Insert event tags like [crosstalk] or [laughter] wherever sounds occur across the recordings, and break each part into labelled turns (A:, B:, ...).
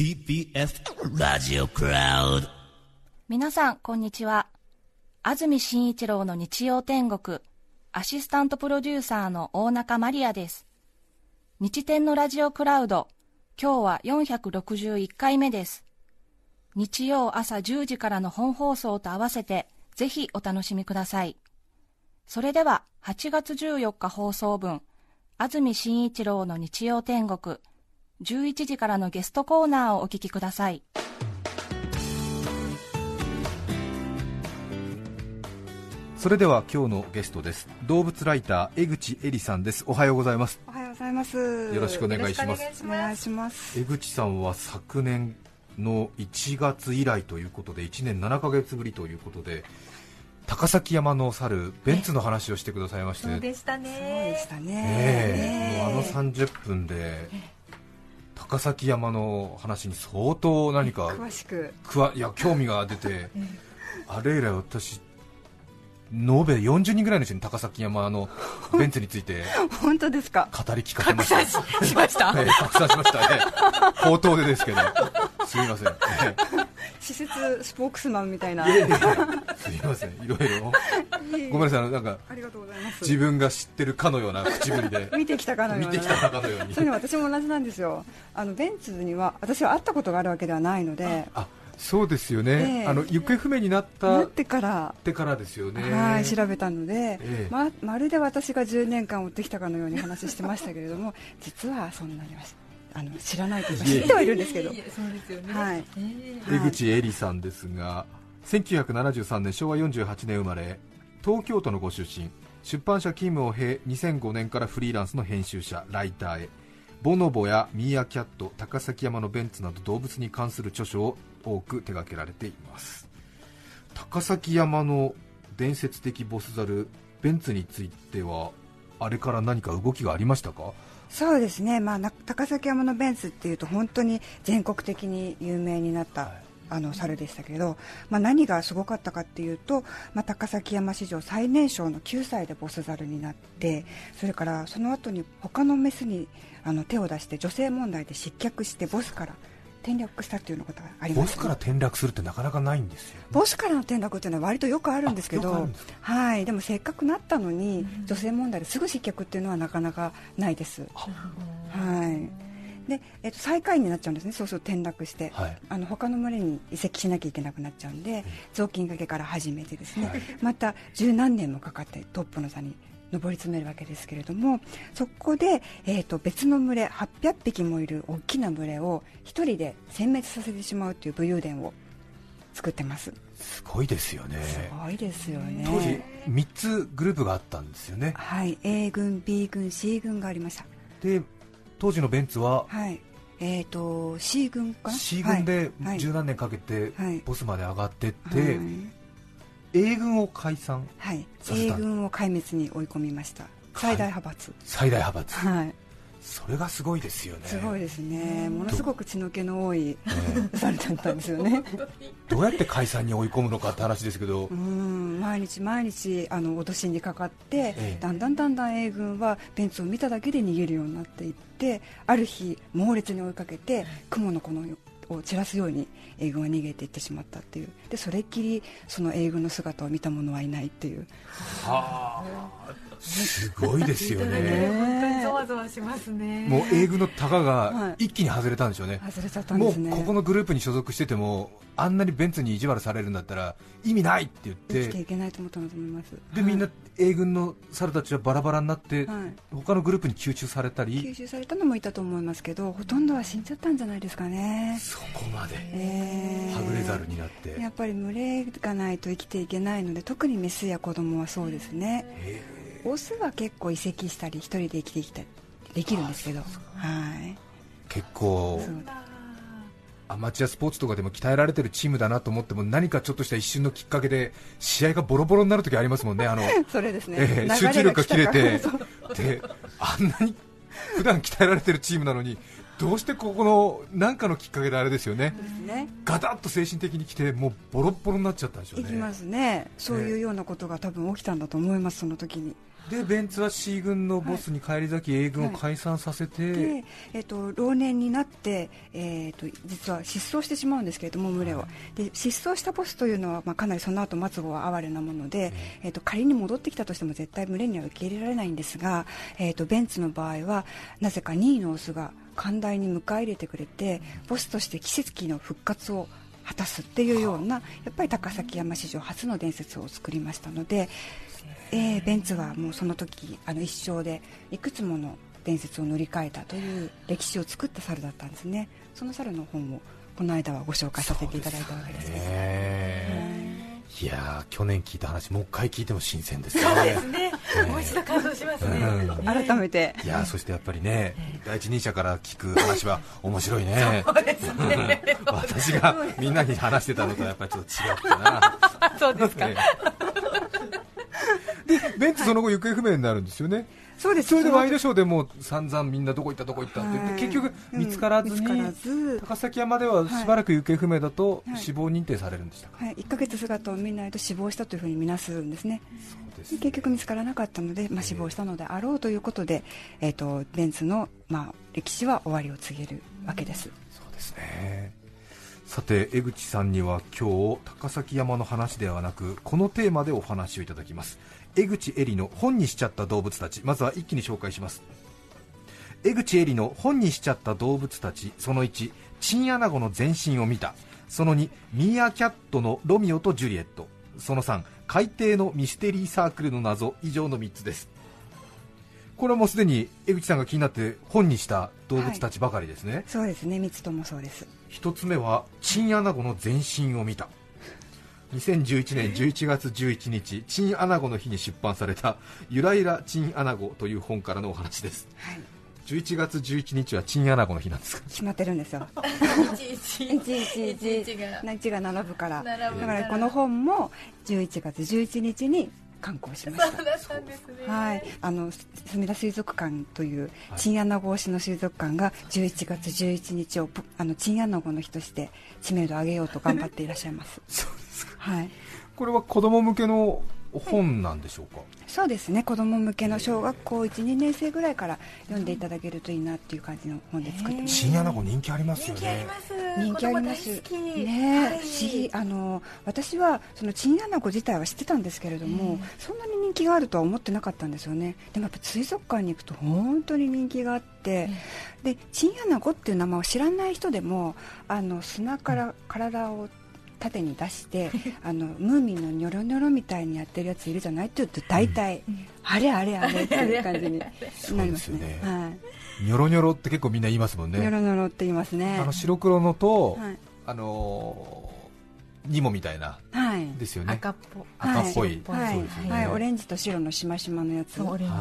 A: TBS ラジオクラウド
B: 皆さん、こんにちは。安住紳一郎の日曜天国、アシスタントプロデューサーの大中マリアです。日天のラジオクラウド、今日は461回目です。日曜朝10時からの本放送と合わせて、ぜひお楽しみください。それでは、8月14日放送分、安住紳一郎の日曜天国、11時からのゲストコーナーをお聞きください。
C: それでは今日のゲストです動物ライター江口恵里さんですおはようございます
D: おはようございます。
C: よろしくお願いします
D: お願いします。
C: 江口さんは昨年の1月以来ということで1年7ヶ月ぶりということで高崎山の猿ベンツの話をしてくださいまして
E: そうでした
D: そうで
E: ね
D: し。たね。
C: ええ
D: ねえ
C: もうあの30分で高崎山の話に相当何か
D: 詳しく。
C: くわいや興味が出て、あれ以来私延べ40人ぐらいの人に高崎山のベンツについて
D: 本当ですか。
C: 語り聞かせました
E: しました。
C: ええ、拡散しましたね、口頭でですけど、すみません、え
D: 施設スポークスマンみたいな。
C: えすみません、いろいろ、ごめんなさい、なんか
D: ありがとうございます。
C: 自分が知ってるかのような口ぶりで、
D: 見てきたかのよ
C: 見
D: う
C: てきた
D: な。
C: かのように
D: それ、に私も同じなんですよ。あのベンツには私は会ったことがあるわけではないので、
C: あそうですよね、
D: ええ
C: あの行方不明になっ
D: な
C: たっ
D: ってから。
C: てからですよね、
D: はい調べたの
C: え
D: で、
C: え
D: ままるで私が10年間追ってきたかのように話してましたけれども実はそんなにはあの知らないというか
C: いえい
D: 知
C: え
D: ってはいるんですけど
E: いえいえそうですよね。
D: はい
E: ええ
C: 江口恵里さんですが1973年昭和48年生まれ東京都のご出身出版社勤務を経2005年からフリーランスの編集者ライターへボノボやミーアキャット高崎山のベンツなど動物に関する著書を多く手掛けられています高崎山の伝説的ボスザルベンツについてはあれから何か動きがありましたか
D: そうですね、まあ、な高崎山のベンツっていうと本当に全国的に有名になった、あの猿でしたけど、まあ、何がすごかったかっていうと、まあ、高崎山史上最年少の9歳でボス猿になってそれからその後に他のメスにあの手を出して女性問題で失脚してボスから転落したっていうようなことがありま
C: ボ
D: す
C: スから転落するってなかなかないんですよね
D: ボスからの転落っていうのは割とよくあるんですけ
C: あよくある
D: ど
C: んですか
D: はいでもせっかくなったのに、女性問題ですぐ失脚っていうのはなかなかないです。はいでえっと、最下位になっちゃうんですね、そうすると転落して、
C: はい
D: あの他の群れに移籍しなきゃいけなくなっちゃうんで、雑巾掛けから始めて、ですね、
C: はい
D: また十何年もかかってトップの座に上り詰めるわけですけれども、そこで、えー、と別の群れ、800匹もいる大きな群れを一人で殲滅させてしまうという武勇伝を作ってます。
C: すごいですよね
D: すごいですよね
C: 当時3つグループがあったんですよね
D: はい、A 軍、B 軍、C 軍がありました。
C: で当時のベンツは
D: はい、えっ、と C 軍かな
C: C 軍で
D: はい
C: 十何年かけて
D: はい
C: ボスまで上がってって、
D: はい
C: A 軍を解散
D: はい
C: させ
D: A
C: た
D: 軍を壊滅に追い込みました最大派閥
C: 最大派閥
D: はい
C: それがすごいですよね
D: すごいですねものすごく血の気の多い [laughs] されちゃったんですよね
C: どうやって解散に追い込むのかって話ですけど、
D: [laughs] うん毎日毎日あの脅しにかかっ
C: え
D: て、
C: え
D: だんだんだんだん A 軍はベンツを見ただけで逃げるようになっていってある日猛烈に追いかけて雲の子のを散らすように A 軍は逃げていってしまったっていうでそれっきりその A 軍の姿を見た者はいないっていう
C: はあすごいですよね
E: 本当にざわざわしますね。
C: もう A 軍のタガ
D: は
C: が
D: い
C: 一気に外れたんでしょうね、
D: 外れちゃったん
C: も
D: で
C: う
D: すね
C: ここのグループに所属しててもあんなにベンツに意地悪されるんだったら意味ないって言っ
D: 生
C: て
D: きていけないと思ったんだと思います
C: でみんな A 軍の猿たちはバラバラになって、
D: はい
C: 他のグループに吸収された
D: 吸
C: り
D: 収されたのもいたと思いますけどほとんどは死んじゃったんじゃないですかね、
C: そこまで
D: えー
C: はぐれ猿になって、
D: やっぱり群れがないと生きていけないので特にメスや子供はそうですね
C: え
D: オスは結構移籍したり一人で生きてきたりできるんですけどはい
C: ー結構
D: そう
E: あ
C: アマチュアスポーツとかでも鍛えられてるチームだなと思っても何かちょっとした一瞬のきっかけで試合がボロボロになる時ありますもんねあの、
D: それです [laughs] ね、
C: えー
D: 流
C: 集
D: れ
C: 中力が
D: [laughs] 来た
C: 切れ
D: から
C: て
D: そう
C: であんなに普段鍛えられてるチームなのにどうしてここの何かのきっかけであれですよね
D: ですね
C: ガタッと精神的に来てもうボロッボロになっちゃったんでしょう
D: い
C: ね
D: きますねそういうようなことが多分起きたんだと思いますその時に
C: でベンツは C 軍のボスに返り咲き A 軍を解散させて、
D: で、えっと老年になって、えっと実は失踪してしまうんですけれども群れを、で失踪したボスというのは、まあ、かなりその後末後は哀れなもので、えっと仮に戻ってきたとしても絶対群れには受け入れられないんですが、えっとベンツの場合はなぜか2位のオスが寛大に迎え入れてくれてボスとして奇跡の復活を果たすっていうようなやっぱり高崎山史上初の伝説を作りましたので、えーベンツはもうその時あの一生でいくつもの伝説を乗り換えたという歴史を作った猿だったんですねその猿の本をこの間はご紹介させていただいたわけですけど
F: ねいやー去年聞いた話もう一回聞いても新鮮ですね
E: ね、もう一度感動しますね。
C: うん
D: 改めて
F: いやーそしてやっぱりね第一人者から聞く話は面白いね
E: そうですね。
F: 私がみんなに話してたのとはやっぱりちょっと違ったな
E: [laughs] そうですか。
C: ええでベンツその後行方不明になるんですよね、
D: そうです
C: それでワイ
D: その
C: ドショーでもう散々みんなどこ行ったどこ行ったって言って、
D: はい
C: 結局見つからず
D: うん見
C: に、
D: つからず
C: 高崎山ではしばらく行方不明だと
D: はい
C: 死亡認定されるんでしたか、
D: はい、1ヶ月姿を見ないと死亡したというふうにみなすんですね
C: そうです
D: で結局見つからなかったので、まあ、死亡したのであろうということで、えー、とベンツの、まあ、歴史は終わりを告げるわけです
C: そうですねさて江口さんには今日高崎山の話ではなくこのテーマでお話をいただきます江口絵里の本にしちゃった動物たちまずは一気に紹介します江口絵里の本にしちゃった動物たちその1チンアナゴの全身を見たその2ミーアキャットのロミオとジュリエットその3海底のミステリーサークルの謎以上の3つですこれはもうすでに江口さんが気になって本にした動物たちばかりですね、
D: そうですね3つともそうです
C: 一つ目はチンアナゴの全身を見た2011年11月11日チンアナゴの日に出版された「ゆらゆらチンアナゴ」という本からのお話です、11月11日はチンアナゴの日なんですか
D: 決まってるんですよ
E: 1111
D: 11が並ぶから
E: 並ぶ
D: だ
E: か
D: かららこの本も11月11日に刊行しました
E: そうだったんですね。
D: はい、あのす墨田水族館というチンアナゴ推しの水族館が11月11日をぽあのチンアナゴの日として知名度を上げようと頑張っていらっしゃい
E: [laughs]
D: ます。
C: そうですか
D: はい、
C: これは子供向けの本なんでしょうか、
D: そうですね。子供向けの小学校1、2年生ぐらいから読んでいただけるといいなっていう感じの本で作ってます。
F: チンアナゴ人気あります
E: 人
F: よ
E: 気あ
F: ね
E: ります。
D: 人気あります
E: 子供大好き
D: ねえ
E: はい
D: 不思議あの私はそのチンアナゴ自体は知ってたんですけれども、そんなに人気があるとは思ってなかったんですよねでもやっぱ水族館に行くと本当に人気があって、でチンアナゴっていう名前を知らない人でもあの砂から体を縦に出して [laughs] あのムーミンのニョロニョロみたいにやってるやついるじゃないって言うと大体、あれあれ [laughs] あれっていう感じになります
F: そうで
D: ね
F: すよ
D: はい
C: ニョロニョロって結構みんな言いますもん
D: ニョ
C: ね
D: ロニョロって言いますね
C: あの白黒のと、
D: はい、
C: あのーニモみたいな
D: はい
C: ですよね
E: 赤っぽ。
C: 赤っぽい、
E: はい
D: は
C: そう
D: い
C: ですよ、ね
D: はい、オレンジと白のしましまのやつ。
E: そうオ
D: は
E: レンジ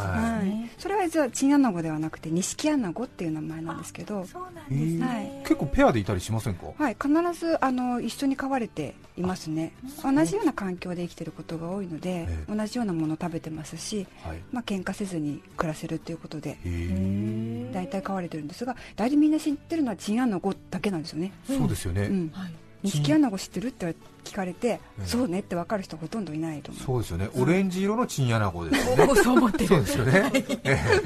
E: です
D: い
E: ね。、
D: それは実はチンアナゴではなくて、錦アナゴっていう名前なんですけど。
E: そうな
C: へ
E: んです
C: ー
E: ね。
D: はい
C: 結構ペアでいたりしませんか
D: はい、必ずあの一緒に飼われていますね同じような環境で生きてることが多いので
C: ええ
D: 同じようなものを食べてますし、
C: はい
D: まあ喧嘩せずに暮らせるっていうことで
C: へえ
D: 大体飼われてるんですが大体みんな知ってるのはチンアナゴだけなんですよね
C: そうですよね、
D: うん
E: はい。
D: 錦アナゴ知ってるって聞かれて、
C: え
D: そうねって分かる人ほとんどいないと思う
C: そうですよね、オレンジ色のチンアナゴですよ
D: [laughs]
C: ね。
E: おそう思って
C: そう
E: る
C: で。すよね。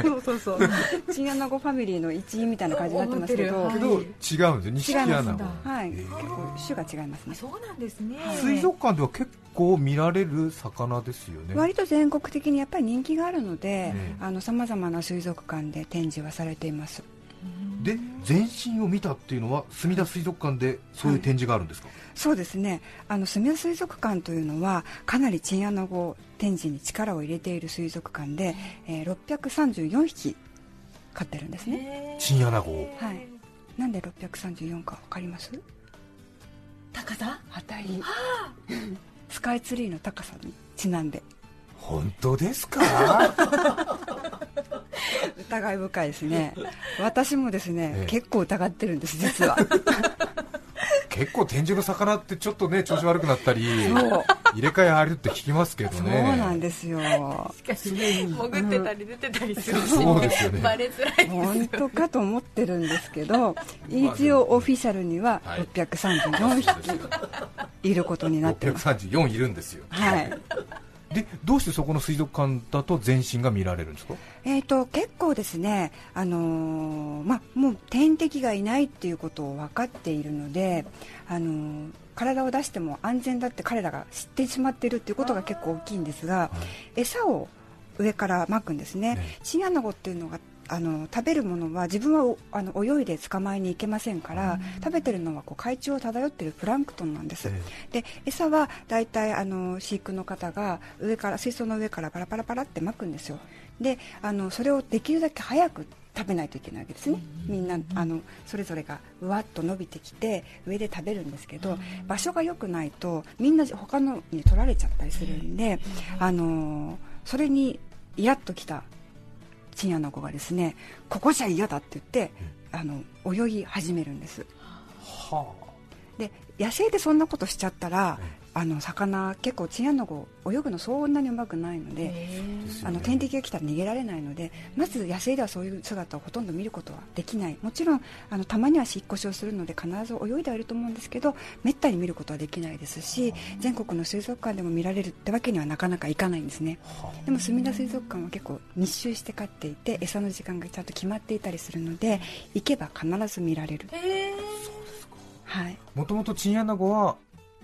E: そうそうそう。
D: [laughs] チンアナゴファミリーの一員みたいな感じになってますけど
E: 思って
C: け
E: る
C: ど違うんですよ、錦ア
D: 違い
C: ナ
D: ま
C: ゴ
E: す。
D: はい、
C: え
D: 結
C: ー
D: 構種が違いますね
E: そうなんですね。
C: 水族館では結構見られる魚ですよね。
D: 割と全国的にやっぱり人気があるので
C: ええ
D: さまざまな水族館で展示はされています
C: で、全身を見たっていうのは、すみだ水族館でそういう展示があるんですか。
D: そうですねあの住谷水族館というのはかなりチンアナゴ展示に力を入れている水族館で、えー634匹飼ってるんですね
E: ね。
C: チンアナゴを。
D: はいなんで634か分かります
E: 高さ？
D: 当たりスカイツリーの高さにちなんで
F: 本当です
D: [laughs]
F: か
D: 疑い深いですね私もですね、
C: ええ
D: 結構疑ってるんです実は
C: 結構展示の魚ってちょっとね、調子悪くなったり。
D: そう
C: 入れ替えあるって聞きますけど
D: そう
C: ね
D: なんですよ。
E: しかし潜ってたり出てたりするし、
C: そうですよね
E: バレづらい
D: 本当かと思ってるんですけど、一応オフィシャルには
C: はい
D: 634匹いることになってます。
C: 634いるんですよ
D: はい。
C: でどうしてそこの水族館だと全身が見られるんですか
D: えー、と結構ですね、あのーまあ、もう天敵がいないっていうことを分かっているので、あのー体を出しても安全だって彼らが知ってしまっているっていうことが結構大きいんですが、餌を上からまくんですね、
C: ね
D: チンアナゴっていうのがあの食べるものは自分はおあの泳いで捕まえに行けませんから、食べてるのはこう海中を漂っているプランクトンなんです、
C: え
D: で餌は大体あの飼育の方が上から水槽の上からパラパラパラってまくんですよであのそれをできるだけ早く食べないといけないわけですねみんなあのそれぞれがうわっと伸びてきて上で食べるんですけど場所が良くないとみんな他のに取られちゃったりするんであのそれにイラッときたチンアナゴがですねここじゃ嫌だって言ってあの泳ぎ始めるんです
C: は
D: で野生でそんなことしちゃったら、あの魚結構チンアナゴ泳ぐのそんなにうまくないので、あの天敵が来たら逃げられないのでまず野生ではそういう姿をほとんど見ることはできないもちろんあのたまには引っ越しをするので必ず泳いではいると思うんですけどめったに見ることはできないですし全国の水族館でも見られるってわけにはなかなかいかないんですねでも墨田水族館は結構密集して飼っていて餌の時間がちゃんと決まっていたりするので行けば必ず見られる、
E: え
D: はい、
C: あもともとチンアナゴは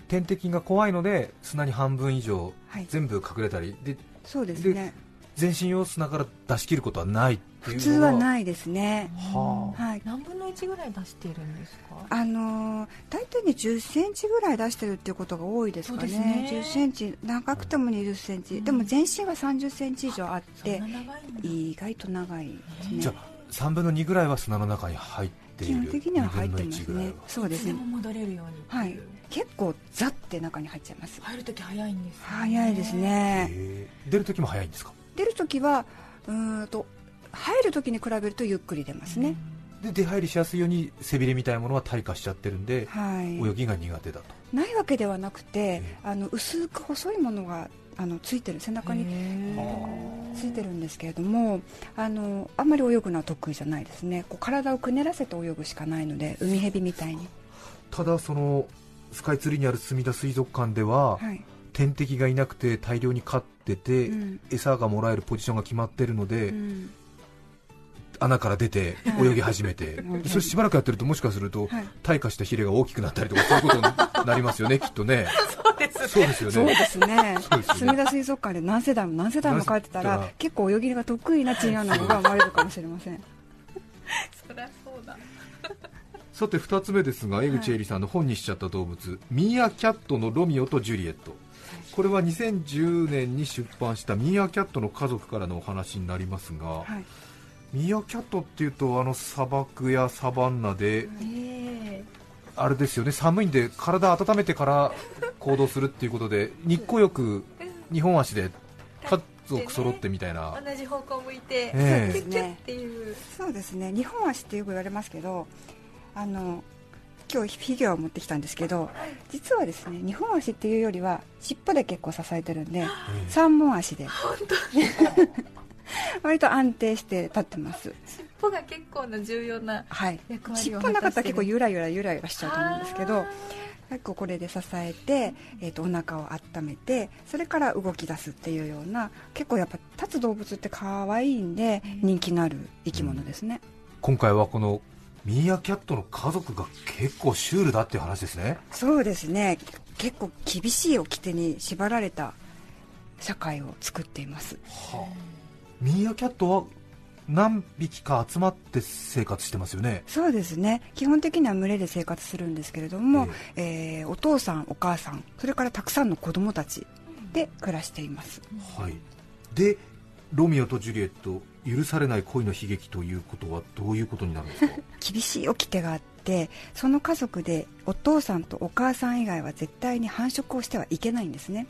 C: 天敵が怖いので砂に半分以上
D: はい
C: 全部隠れたりで
D: そうですね
C: 全身を砂から出し切ることはないっていう
D: 普通はいないですね、
C: はあ
D: はい、
E: 何分の1ぐらい出しているんですか
D: あのー大体ね1 0ンチぐらい出してるっていうことが多いですか
E: そ
D: ね
E: うですね
D: 1 0ンチ長くても2 0ンチ、でも全身は3 0ンチ以上あっ
E: そん
D: て
E: な長いんだ
D: 意外と長いですね
C: じゃあ3分の2ぐらいは砂の中に入ってい
D: 基
C: る
D: 本的には入ってま
C: 2
D: す
C: 分の1ぐらい
D: ね
C: は
D: そうで
E: い
D: す
E: つで
D: ね
E: も戻れるようにって
D: はい
E: いう
D: 結構ザッて中に入っちゃいます
E: 入るとき早いんですよね
D: 早いですね
C: へえ出る時も早いんですか
D: 出るときはうーんと入るときに比べるとゆっくり出ますね、
C: で出入りしやすいように背びれみたいなものは退化しちゃってるんで、
D: はい
C: 泳ぎが苦手だと
D: ないわけではなくて
C: え、
D: あの薄く細いものがあのついてる背中についてるんですけれども、あのあんまり泳ぐのは得意じゃないですね。こう体をくねらせて泳ぐしかないので、海蛇みたいに。
C: ただそのスカイツリーにあるすみだ水族館では、
D: はい。
C: 天敵がいなくて大量に飼ってて、
D: うん
C: 餌がもらえるポジションが決まってるので、
D: うん
C: 穴から出て
D: はい
C: 泳ぎ始め
D: [laughs]
C: て、
D: うん
C: それしばらくやってるともしかすると、
D: はい
C: 退化したヒレが大きくなったりとかそういうことになりますよねきっとねそうですよね
D: [laughs] そうですね
C: そうです。ね
D: 墨田水族館で何世代も何世代も帰ってた
C: 何世
D: ら
C: 代、
D: 結構泳ぎが得意なチンアナゴが生まれるかもしれません。
E: そりゃそうだ
C: さて2つ目ですが江口絵里さんの本にしちゃった動物、ミーアキャットのロミオとジュリエットこれは2010年に出版したミーアキャットの家族からのお話になりますが、
D: はい。
C: ミーアキャットっていうとあの砂漠やサバンナで、
E: ね
C: あれですよね寒いんで体温めてから行動するっていうことで日光浴2本足で家族揃ってみたいな、
E: 同じ方向向いて、
C: ええ
E: キュッキュッっていう
D: そうですね。日本足ってよく言われますけど、あの今日フィギュアを持ってきたんですけど、実はですね、日本足っていうよりは尻尾で結構支えてるんで、三本足で。割と安定して立ってます。
E: 尻尾が結構な重要な
D: はい
E: 役。割
D: 尻
E: を
D: 尾
E: 果たして
D: な
E: る
D: かったら結構ゆらゆらゆらゆらしちゃうと思うんですけど。結構これで支えて、えー、とお腹を温めてそれから動き出すっていうような結構やっぱ立つ動物って可愛いんで人気のある生き物ですね、
C: 今回はこのミーアキャットの家族が結構シュールだっていう話ですね
D: そうですね結構厳しい掟に縛られた社会を作っています
C: ミーアキャットは何匹か集まって生活してますよね
D: そうですね基本的には群れで生活するんですけれども、えーお父さんお母さんそれからたくさんの子供たちで暮らしています
C: はいでロミオとジュリエット許されない恋の悲劇ということはどういうことになるんですか
D: 厳しい掟があってその家族でお父さんとお母さん以外は絶対に繁殖をしてはいけないんですね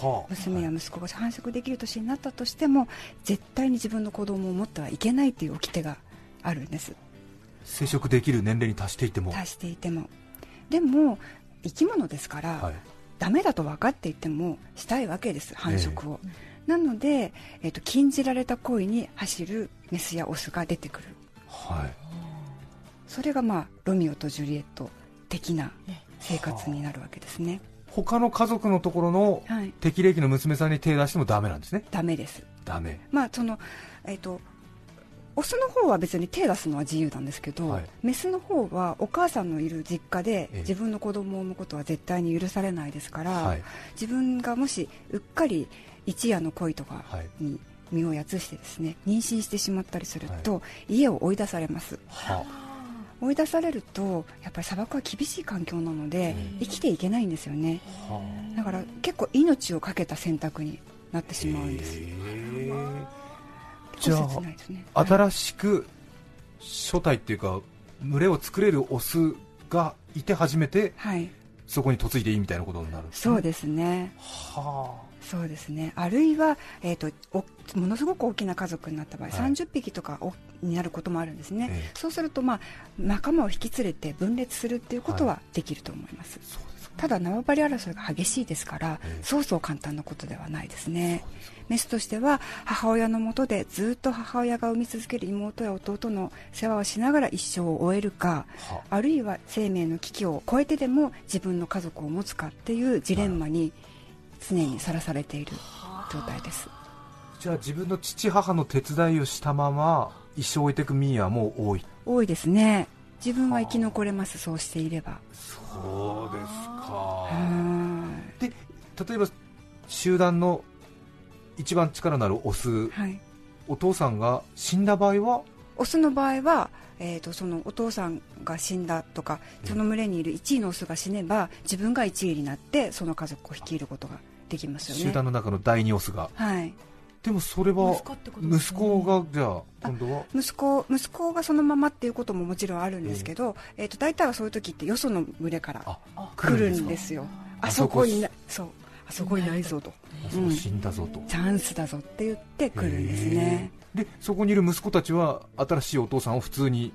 C: は
D: 娘や息子が繁殖できる年になったとしても絶対に自分の子供を持ってはいけないという掟があるんです
C: 生殖できる年齢に達していても
D: 達していてもでも生き物ですから、
C: はい
D: ダメだと分かっていてもしたいわけです繁殖を、なので、えっと禁じられた行為に走るメスやオスが出てくる
C: はい
D: それがまあロミオとジュリエット的な生活になるわけですね
C: 他の家族のところの
D: はい
C: 適齢期の娘さんに手出してもダメなんですね
D: ダメです
C: ダメ
D: まあそのえっ、とオスの方は別に手出すのは自由なんですけど、
C: はい
D: メスの方はお母さんのいる実家で
C: ええ
D: 自分の子供を産むことは絶対に許されないですから、
C: はい
D: 自分がもしうっかり一夜の恋とか
C: はい
D: に身をやつしてですね妊娠してしまったりすると、家を追い出されます
C: は
D: 追い出されるとやっぱり砂漠は厳しい環境なので生きていけないんですよね
C: は
D: だから結構命を懸けた選択になってしまうんです
C: へ
D: 結構切ないですね
C: ー新しく初体っていうか群れを作れるオスがいて初めて
D: はい
C: そこに嫁いでいいみたいなことになるんです
D: そうですね、
C: は
D: そうですねあるいは、えー、とおものすごく大きな家族になった場合、
C: はい
D: 30匹とかおになることもあるんですね、
C: ええ
D: そうすると、まあ、仲間を引き連れて分裂するっていうことはできると思います、
C: あそうですか
D: ただ縄張り争いが激しいですから、
C: ええ
D: そうそう簡単なことではないですねメスとしては母親のもとでずっと母親が産み続ける妹や弟の世話をしながら一生を終えるか
C: は
D: あるいは生命の危機を超えてでも自分の家族を持つかっていうジレンマに常にさらされている状態です
C: じゃあ自分の父母の手伝いをしたまま一生置いていくミーはもう多い
D: 多いですね自分は生き残れますそうしていれば
C: そうですか
D: は
C: で例えば集団の一番力のあるオス
D: いはい
C: お父さんが死んだ場合は
D: オスの場合は、えー、とそのお父さんが死んだとかその群れにいる1位のオスが死ねば自分が1位になってその家族を率いることができますよね
C: 集団の中の第二オスが
D: はい、
C: でもそれは
E: 息子ってことです
C: 息
E: ね
C: 子がじゃあ今度は
D: 息子息子がそのままっていうことももちろんあるんですけど、えー、と大体はそういう時ってよその群れから
C: あ
D: 来るん
C: か
D: ですよ
C: あ
D: あそこい
C: そ
D: なそうあそこいないぞと
C: あそう死んだぞと
D: チャンスだぞって言って来るんですね
C: へーでそこにいる息子たちは新しいお父さんを普通に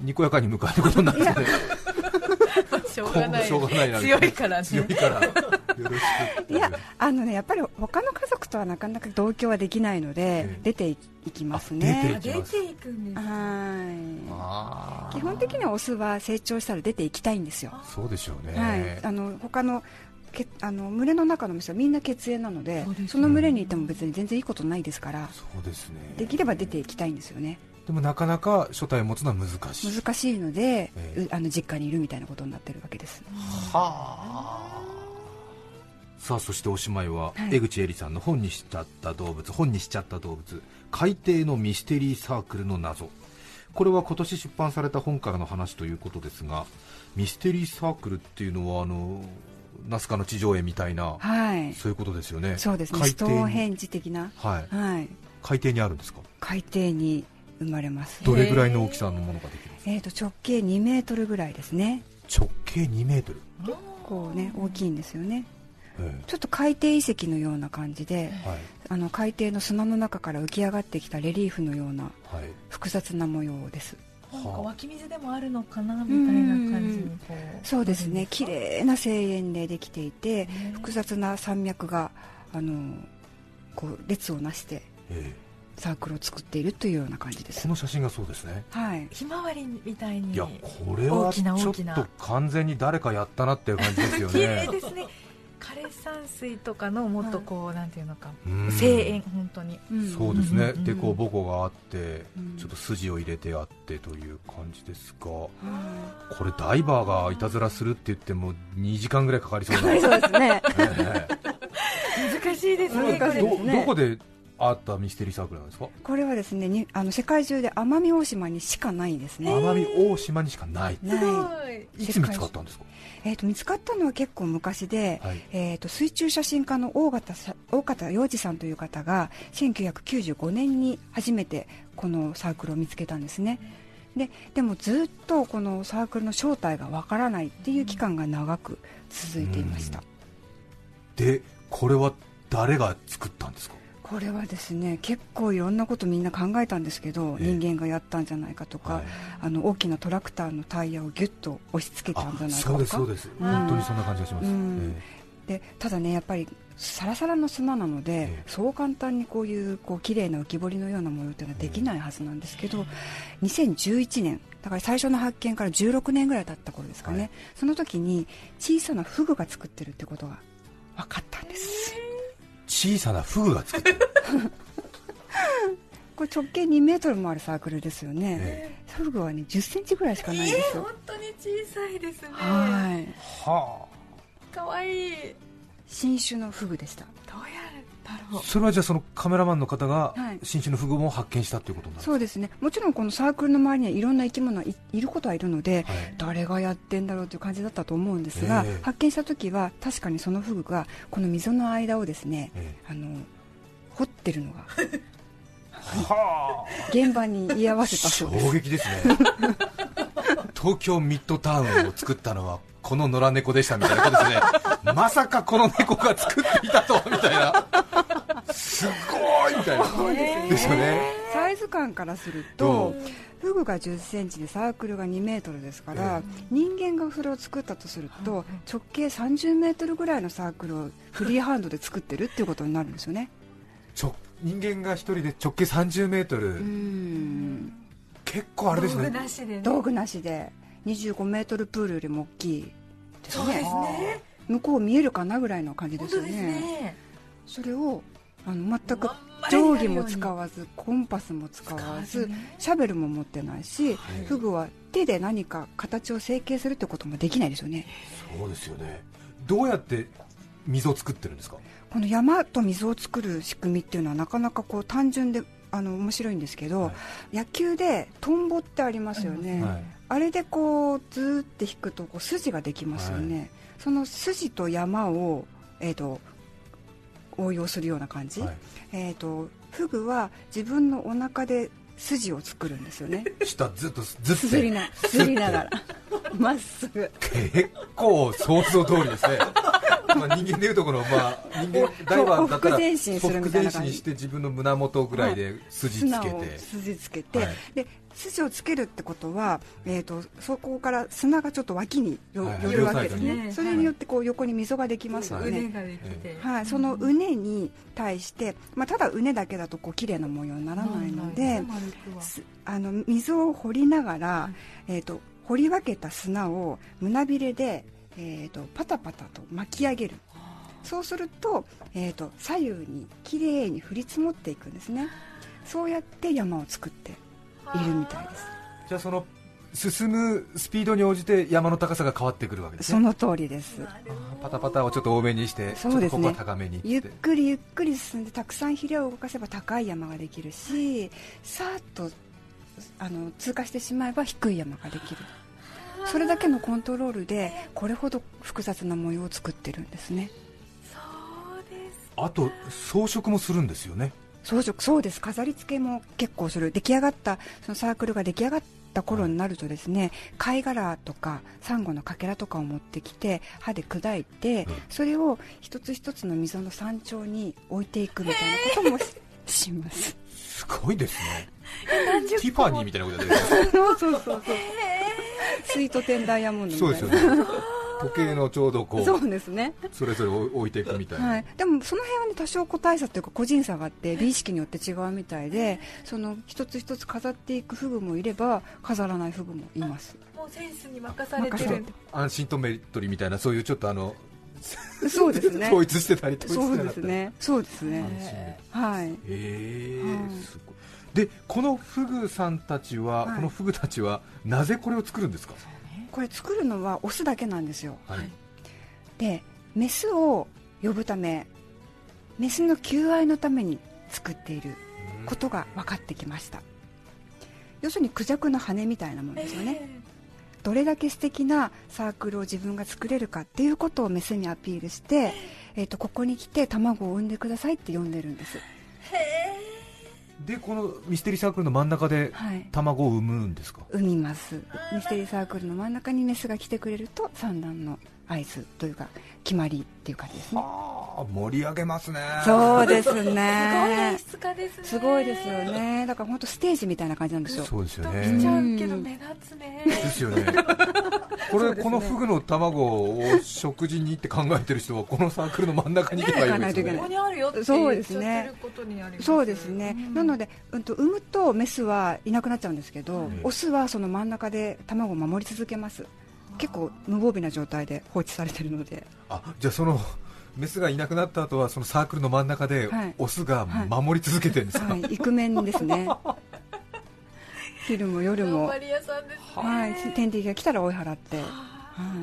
C: にこやかに迎えることになってて
E: しょうがない
C: しょうがないな
E: 強いからね
C: 強いからよろしくって
D: いやあのねやっぱり他の家族とはなかなか同居はできないので、
C: ええ
D: 出ていきます
C: あ出
D: ね
E: あ出ていくんです
D: は
C: あ
D: い
C: ー
D: 基本的にはオスは成長したら出ていきたいんですよ、
C: そうでしょうね、
D: はい、あの他のけあの群れの中の虫はみんな血縁なので
E: そうですね
D: その群れにいても別に全然いいことないですから
C: そうですね
D: できれば出ていきたいんですよね
C: でもなかなか初体を持つのは難しい
D: 難しいので、
C: ええ
D: うあの実家にいるみたいなことになってるわけです
C: はあさあそしておしまいは、
D: はい
C: 江口絵理さんの本にしちゃった動物本にしちゃった動物海底のミステリーサークルの謎これは今年出版された本からの話ということですがミステリーサークルっていうのはあのナスカの地上絵みたいな
D: はい
C: そういうことですよね
D: そうですね
C: 海
D: スト
C: 底
D: ーン
C: に
D: ヘンジ的な、
C: はい
D: はい、
C: 海底にあるんですか
D: 海底に生まれます
C: どれぐらいの大きさのものができるんです
D: えー、と直径2メートルぐらいですね
C: か直径2メートル、
D: こうね大きいんですよね
C: え
D: ちょっと海底遺跡のような感じで
C: えはい
D: あの海底の砂の中から浮き上がってきたレリーフのような
C: はい
D: 複雑な模様です
E: なんか湧き水でもあるのかなみたいな感じにこう
D: そうですね綺麗な声援でできていて
E: ー
D: 複雑な山脈があのこう列をなして
C: え
D: サークルを作っているというような感じで
C: え
D: す
C: この写真がそうですね
D: はい
E: ひまわりみたいに
C: いやこれは
E: 大き
C: ち
E: な
C: ょ
E: 大
C: っ
E: きな
C: と完全に誰かやったなっていう感じですよ
E: 綺麗 [laughs]
C: ね。
E: ですね枯山水とかのもっとこうなんていうのか
C: うん
E: 声援本当に
D: うん
C: そうですね。
E: うんうんうん
C: でこうボコがあって
D: うん
C: ちょっと筋を入れてあってという感じですが、こ
D: は
C: れダイバーがいたずらするって言っても2時間ぐらいかかりそうな。
D: いそうですね
C: ええ
E: 難しいです
D: 難し
E: ね
D: いで
C: ど
D: すね
C: どこであったミステリーサークルなんですか？
D: これはですねにあの世界中で奄美大島にしかないんですね
C: 奄美大島にしかない。
E: すご
D: ない
C: いつ見つかったんですか？
D: い、えー、と見つかったのは結構昔で、
C: はい
D: えー、と水中写真家の大方さ大方洋二さんという方が1995年に初めてこのサークルを見つけたんですねででもずっとこのサークルの正体がわからないっていう期間が長く続いていました、
C: でこれは誰が作ったんですか？
D: これはですね結構いろんなことみんな考えたんですけど、
C: ええ
D: 人間がやったんじゃないかとか、
C: はい
D: あの大きなトラクターのタイヤをギュッと押し付けたんじゃないか
C: そ
D: とか
C: うですそうです、
D: うん
C: 本当にそんな感じがします、
D: うん
C: え
D: でただねやっぱりサラサラの砂なので、
C: ええ
D: そう簡単にこういうこう綺麗な浮き彫りのような模様っていうのはできないはずなんですけど、2011年だから最初の発見から16年ぐらい経った頃ですかね、
C: はい
D: その時に小さなフグが作ってるってことが分かったんです、
C: 小さなフグが作ってる、 [laughs]
D: これ直径2メートルもあるサークルですよね、
C: え
D: フグはね10センチぐらいしかないんですよ、
E: 本当に小さいですね。
D: はい
C: えは
E: 可愛いい。
D: 新種のフグでした
E: どうやるんだ
C: あ
E: ろう。
C: それはじゃあそのカメラマンの方が
D: はい
C: 新種のフグも発見したということになる、
D: そうですねもちろんこのサークルの周りにはいろんな生き物はいいることはいるので、
C: はい
D: 誰がやってんだろうという感じだったと思うんですが、
C: ええ
D: 発見した時は確かにそのフグがこの溝の間をですね
C: え
D: あの掘ってるのが
C: えはあ
D: 現場に居合わせた
C: 衝
D: そうです
C: 撃ですね [laughs] 東京ミッドタウンを作ったのはこの野良猫でしたみたいなことですね [laughs] まさかこの猫が作っていたとはみたいなすごいみたいな
D: そうですね
C: ですよね
D: サイズ感からする
C: ど
D: と
C: う
D: フグが1 0センチでサークルが2メートルですから、人間がそれを作ったとすると直径3 0メートルぐらいのサークルをフリーハンドで作ってるっていうことになるんですよね。
C: 直人間が一人で直径3 0ル、
D: うん
C: 結構あれです
E: 道具
C: ね
E: なしでね。
D: 道具なしで25メートルプールよりも大きいです
E: そうです
D: ね
E: ね。
D: 向こう見えるかなぐらいの感じで
E: 本
D: す
E: 当
D: よ
E: です
D: ね
E: ね。
D: それをあの全く
E: まん
D: 定
E: 丸になる
D: 規
E: ように
D: も使わずコンパスも使わ
E: 使わず
D: ず
E: ね
D: シャベルも持ってない
C: は
D: し
C: い
D: フグは手で何か形を成形するってこともできないですよね
C: そうですよねどうやって溝を作ってるんですか
D: この山と水を作る仕組みっていうのはなかなかこう単純であの面白いんですけど、
C: は
D: 野球でトンボってありますよね、
C: はい
D: あれでこうずーって引くとこう筋ができますよね、その筋と山を、えー、と応用するような感じ、
C: は
D: えー、とフグは自分のお腹で筋を作るんです
C: [laughs]
D: よね
C: い、下ずっとずっ
D: すす
C: て
D: りなすりながらまっすぐ
C: 結構想像通りですね [laughs] まあ人間でいうとこの、まあ、人間ダイバーだったら
D: ほふく前進するみたい
C: ほ
D: な感じ
C: ふく前進して自分の胸元ぐらいで筋つけて、
D: 砂を筋つけて、
C: はい
D: で筋をつけるってことは、えー、とそこから砂がちょっと脇によ
C: はい
D: 寄るわけです
E: 両サイドに
D: ね
E: ね
D: それによってこう横に溝ができますよね、
E: 腕ができて。
D: はい、そのうねに対して、まあ、ただうねだけだとこう綺麗な模様にならないので、
E: 丸くは
D: すあの水を掘りながら、えー、と掘り分けた砂を胸びれで、えー、とパタパタと巻き上げるそうすると,、えー、と左右に綺麗に降り積もっていくんですねそうやって山を作っているみたいです
C: じゃあその進むスピードに応じて山の高さが変わってくるわけです
D: そ
C: ね
D: の通りです
C: あーパタパタをちょっと多めにしてち
D: そ
C: ょっ
D: う
C: と
D: ですね
C: ここは高めにって
D: ゆっくりゆっくり進んでたくさんひれを動かせば高い山ができるしさーっとあの通過してしまえば低い山ができるそれだけのコントロールでこれほど複雑な模様を作ってるんですね
E: そうです。
C: あと装飾もするんですよね
D: 装飾そうです飾り付けも結構する出来上がったそのサークルが出来上がった頃になるとですね貝殻とかサンゴのかけらとかを持ってきて歯で砕いて、それを一つ一つの溝の山頂に置いていくみたいなこともしします
C: すごいですね
E: 何
C: テ
E: 十
C: ィファニーみたいなことやってる
D: そうそうそうそう。スイートテンダイヤモンドみた
C: そう
D: い
C: で
D: な。
C: すよね
D: [laughs]
C: 時計のちょうどこ
D: そううですね。
C: それぞれ置いていくみたいな、
D: はい。でもその辺はね多少個体差というか個人差があって美意識によって違うみたいで、その一つ一つ飾っていくフグもいれば飾らないフグもいます。
E: もうセンスに任されて
D: 任
E: る
D: せ。
C: 安心とメリトリみたいなそういうちょっとあの
D: そうです
C: [laughs]
D: ね。
C: 統一してたり統一して
D: そう
C: なか
D: で
C: っ
D: す
C: たり
D: ね。そうですね
C: 安。心で
D: はい。
C: え
D: は
C: ー、
D: い
C: すごいでこのフグさんたちは、
D: はい
C: このフグたちはなぜこれを作るんですか、
D: これ作るのはオスだけなんですよ。
C: はい
D: で、メスを呼ぶため、メスの求愛のために作っていることが分かってきました要するにクジャクの羽みたいなもんですよね、どれだけ素敵なサークルを自分が作れるかっていうことをメスにアピールして、えー、とここに来て卵を産んでくださいって呼んでるんです、
C: でこのミステリーサークルの真ん中で
D: はい、
C: 卵を産むんですか
D: 産みますミステリーサークルの真ん中にメスが来てくれると産卵の合図というか決まりっていう感じですね
C: ああ盛り上げますね
D: そう [laughs] です
E: 演
D: ね
E: 出家ですね
D: すごいですよねだから本当ステージみたいな感じなんですよ
C: そうですよ
E: と
C: ね
E: 来ちゃうけど目立つね
C: ですよねこれこのフグの卵を食事にって考えてる人はこのサークルの真ん中に行けばいいわけです
D: ね
E: こ
C: よ
E: こ
C: ね
E: にあるよって
D: そう
E: 言
D: で
E: っち
D: す
E: ゃっ
D: ね
E: てることにあります
D: そうですね、なので、うん、と産むとメスはいなくなっちゃうんですけど、
C: ん
D: オスはその真ん中で卵を守り続けます結構無防備な状態で放置されてるので
C: あじゃあそのメスがいなくなった後はそのサークルの真ん中で
D: はい
C: オスが守り続けてるんですか、
D: はい、イクメンです [laughs] ね昼も夜
E: 頑
D: も
E: 張、り屋さんですね
D: はい、天敵が来たら追い払って、は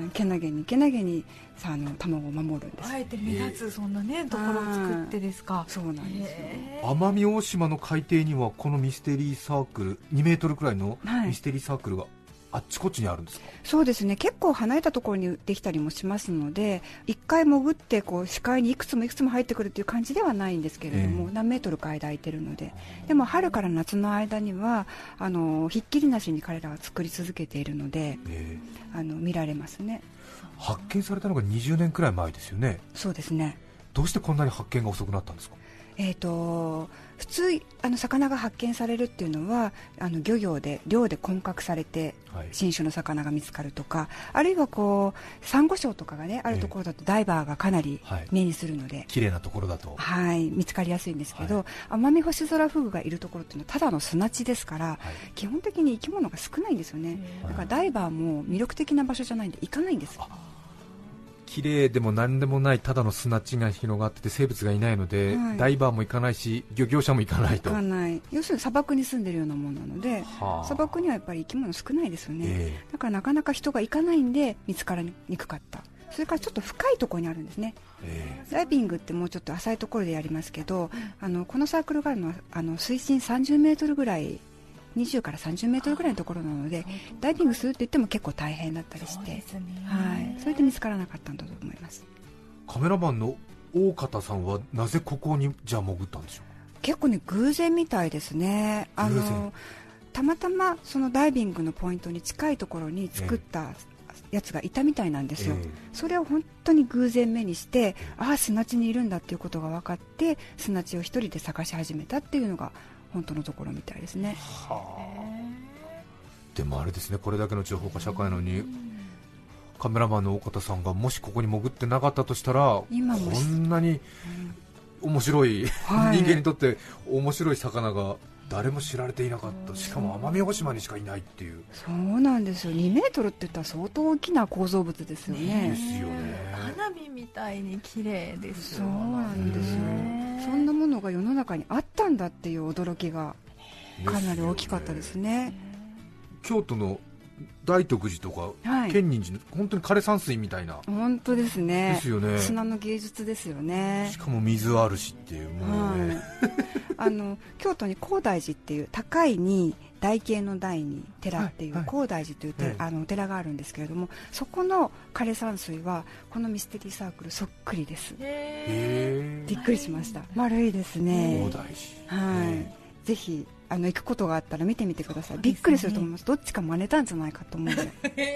D: い、けなげにけなげにさあの卵を守るんです
E: あえて目立つそんなねところを作ってですか
D: そうなんですよ
E: へ
C: 奄美大島の海底にはこのミステリーサークル2メートルくらいの
D: はい
C: ミステリーサークルがあっちこっちにあるんですか、
D: そうですね結構離れたところにできたりもしますので一回潜ってこう視界にいくつもいくつも入ってくるという感じではないんですけれども、
C: ええ
D: 何メートルか間空いてるのででも春から夏の間にはあのひっきりなしに彼らは作り続けているので
C: え
D: あの見られますね
C: え発見されたのが20年くらい前ですよね
D: そうですね
C: どうしてこんなに発見が遅くなったんですか
D: えー、と普通あの魚が発見されるっていうのはあの漁業で漁で混獲されて
C: はい
D: 新種の魚が見つかるとかあるいはこうサンゴ礁とかが、ね、あるところだとダイバーがかなり
C: はい
D: 目にするので、
C: 綺麗なところだと
D: はい、見つかりやすいんですけ
C: は
D: ど、奄美ホシゾラフグがいるところっていうのはただの砂地ですから、基本的に生き物が少ないんですよね、
C: はい
D: だからダイバーも魅力的な場所じゃないんで行かないんです
C: 綺麗でも何でもないただの砂地が広がってて生物がいないので、
D: はい
C: ダイバーも行かないし漁業者も行かないと
D: 行かない要するに砂漠に住んでるようなものなので
C: はあ
D: 砂漠にはやっぱり生き物少ないですよね、
C: え
D: だからなかなか人が行かないんで見つからにくかったそれからちょっと深いところにあるんですね
C: え
D: ダイビングってもうちょっと浅いところでやりますけど、あのこのサークルがあるのはあの水深30メートルぐらい20から30メートルぐらいのところなのでダイビングするって言っても結構大変だったりし
E: そうで
D: て
E: すね
D: はい、それで見つからなかったんだと思います
C: カメラマンの大方さんはなぜここにじゃあ潜ったんでしょ
D: 結構ね偶然みたいですねあ
C: 偶然
D: のたまたまそのダイビングのポイントに近いところに作ったやつがいたみたいなんですよ、
C: う、え
D: それを本当に偶然目にしてああ砂地にいるんだっていうことが分かって砂地を一人で探し始めたっていうのが本当のところみたいですね
C: えでもあれですねこれだけの情報化社会なのに、カメラマンの大方さんがもしここに潜ってなかったとしたら
D: 今も
C: こんなに面白い、
D: はい
C: 人間にとって面白い魚が誰も知られていなかったしかも奄美大島にしかいないっていう
D: そうなんですよ2メートルって言ったら相当大きな構造物ですよね
C: ですよね
E: 花火みたいに綺麗です
D: そ
E: よ
D: うなんですよそんなものが世の中にあったんだっていう驚きがかなり大きかったですね
C: 京都の大徳寺とか、
D: はい
C: 建仁寺の本当に枯山水みたいな、
D: 本当ですね
C: ですよね
D: 砂の芸術ですよね
C: しかも水あるしっていうもうね、
D: はい、あの京都に高大寺っていう高いに台形の台に寺ってい
C: はいうはい
D: 高大寺というて、
C: ええ
D: あのお寺があるんですけれどもそこの枯山水はこのミステリーサークルそっくりです
E: へえ
C: へ
D: びっくりしました丸いです
C: え
D: ね
C: 大大
D: はい、
C: え
D: ぜひあの行くことがあったら見てみてくださいびっくりすると思いますどっちか真似たんじゃないかと思うので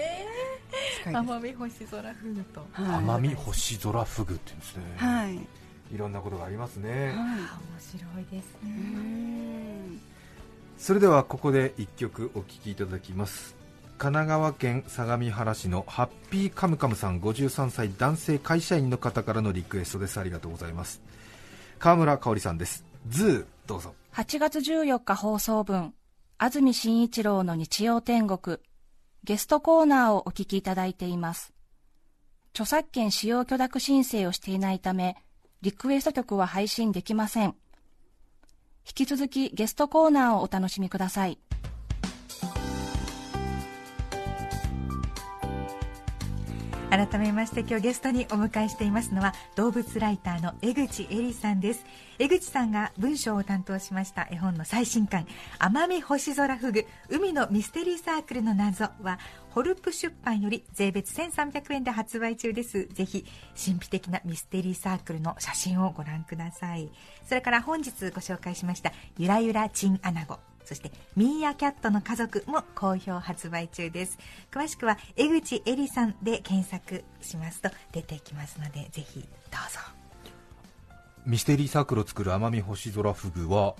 D: 近いです
E: 奄美星空フグと
D: はい
C: 寺奄美星空フグって言うんですね、
D: はい、はい
C: い、ろんなことがありますね、
E: あ面白いです
D: う
E: ね
D: ん
C: それではここで一曲お聴きいただきます神奈川県相模原市のハッピーカムカムさん53歳男性会社員の方からのリクエストですありがとうございます川村香織さんですズーどうぞ
B: 8月14日放送分、安住紳一郎の日曜天国、ゲストコーナーをお聞きいただいています。著作権使用許諾申請をしていないため、リクエスト曲は配信できません。引き続きゲストコーナーをお楽しみください。
G: 改めまして今日ゲストにお迎えしていますのは動物ライターの江口恵里さんです江口さんが文章を担当しました絵本の最新刊「奄美星空フグ海のミステリーサークルの謎」はホルプ出版より税別1300円で発売中ですぜひ神秘的なミステリーサークルの写真をご覧くださいそれから本日ご紹介しました「ゆらゆらチンアナゴ」そしてミーアキャットの家族も好評発売中です詳しくは江口恵里さんで検索しますと出てきますのでぜひどうぞ
C: ミステリーサークルを作る奄美星空フグは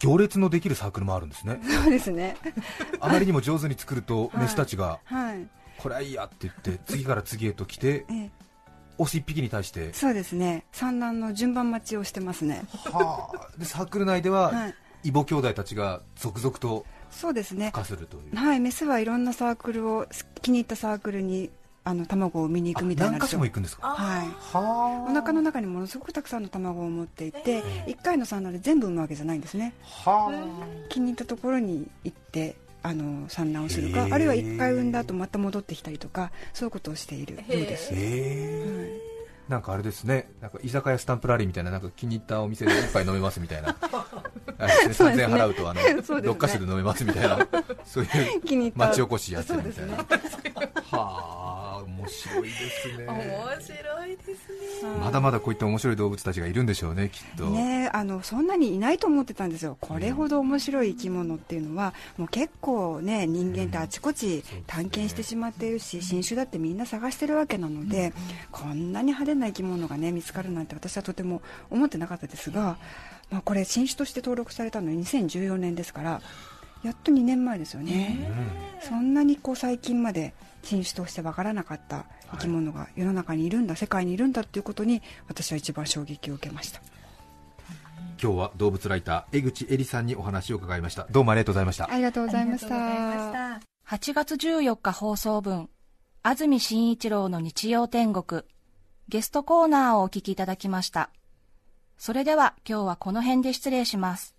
C: 行列のできるサークルもあるん
D: [laughs]
C: ですね
D: そうですね。
C: あまりにも上手に作ると
D: はい
C: メスたちが
D: はい。
C: 「これはいいや」って言
D: [laughs]
C: って次から次へと来て
D: ええ、
C: オス1匹に対
D: [laughs]
C: して
D: そうですね。産卵の順番待ちをしてますね。
C: はあでサークル内で
D: は
C: はい異母兄弟たちが続々と
D: そうですね
C: 孵。化するという
D: はい、メスはいろんなサークルを気に入ったサークルにあの卵を産みに行
C: あ
D: くみたいな
C: 何箇所も
D: 行
C: 行くんですか
D: はい。
C: はあ
D: お腹の中にものすごくたくさんの卵を持っていて、
C: え
D: 1回の産卵で全部産むわけじゃないんですね
C: は
D: 気に入ったところに行ってあの産卵をする
C: へ
D: か
C: ー
D: あるいは1回産んだ後また戻ってきたりとかそういうことをしているようで
C: あ
D: す、
C: へえ
D: はい
C: なんかあれですね、なんか居酒屋スタンプラリーみたいな、なんか気に入ったお店で一杯飲めますみたい
D: [laughs]
C: な、あれです
D: そう
C: ね
D: で
C: 3000
D: すね
C: 円払うとあの、
D: そうですね
C: 6か所で飲めますみたい
D: [laughs]
C: な、そういう
D: 気に入った
C: 町おこしやってるみたいな、
D: そう
C: はあ、面白いですね、
E: 面白いですね。
C: まだまだこういった面白い動物たちがいるんでしょうね、きっと。
D: ねえあのそんなにいないと思ってたんですよこれほど面白い生き物っていうのはもう結構ね人間ってあちこち探検してしまっているし新種だってみんな探してるわけなのでこんなに派手な生き物がね見つかるなんて私はとても思ってなかったですが、まあ、これ新種として登録されたの2014年ですからやっと2年前ですよ
C: う
D: ね
C: ん
D: そんなにこう最近まで新種としてわからなかった生き物が世の中にいるんだ世界にいるんだっていうことに私は一番衝撃を受けました。
C: 今日は動物ライター江口恵里さんにお話を伺いましたどうもありがとうございました
D: ありがとうございまし。
G: ありがとうございましたた
B: 8月14日放送分、安住紳一郎の日曜天国、ゲストコーナーをお聞きいただきました。それでは今日はこの辺で失礼します。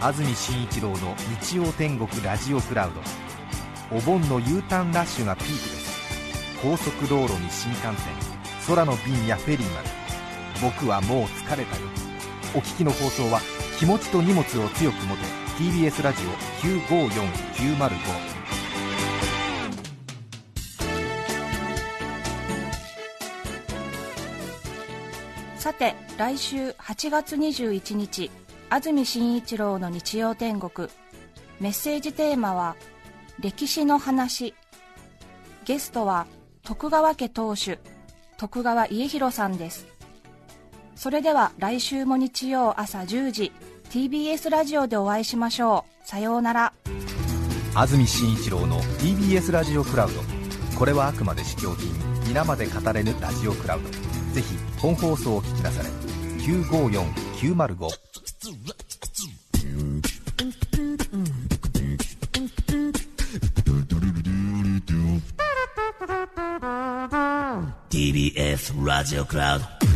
C: 安住紳一郎の日曜天国ラジオクラウドお盆の U ターンラッシュがピークです高速道路に新幹線空の便やフェリーまで僕はもう疲れたよお聞きの放送は気持ちと荷物を強く持て TBS ラジオ954905
B: さて来週8月21日安住紳一郎の日曜天国メッセージテーマは「歴史の話」ゲストは徳川家当主徳川家広さんですそれでは来週も日曜朝10時 TBS ラジオでお会いしましょうさようなら
C: 安住紳一郎の TBS ラジオクラウドこれはあくまで試供品皆まで語れぬラジオクラウドぜひ本放送を聞きなされ954905
A: TBS Radio Cloud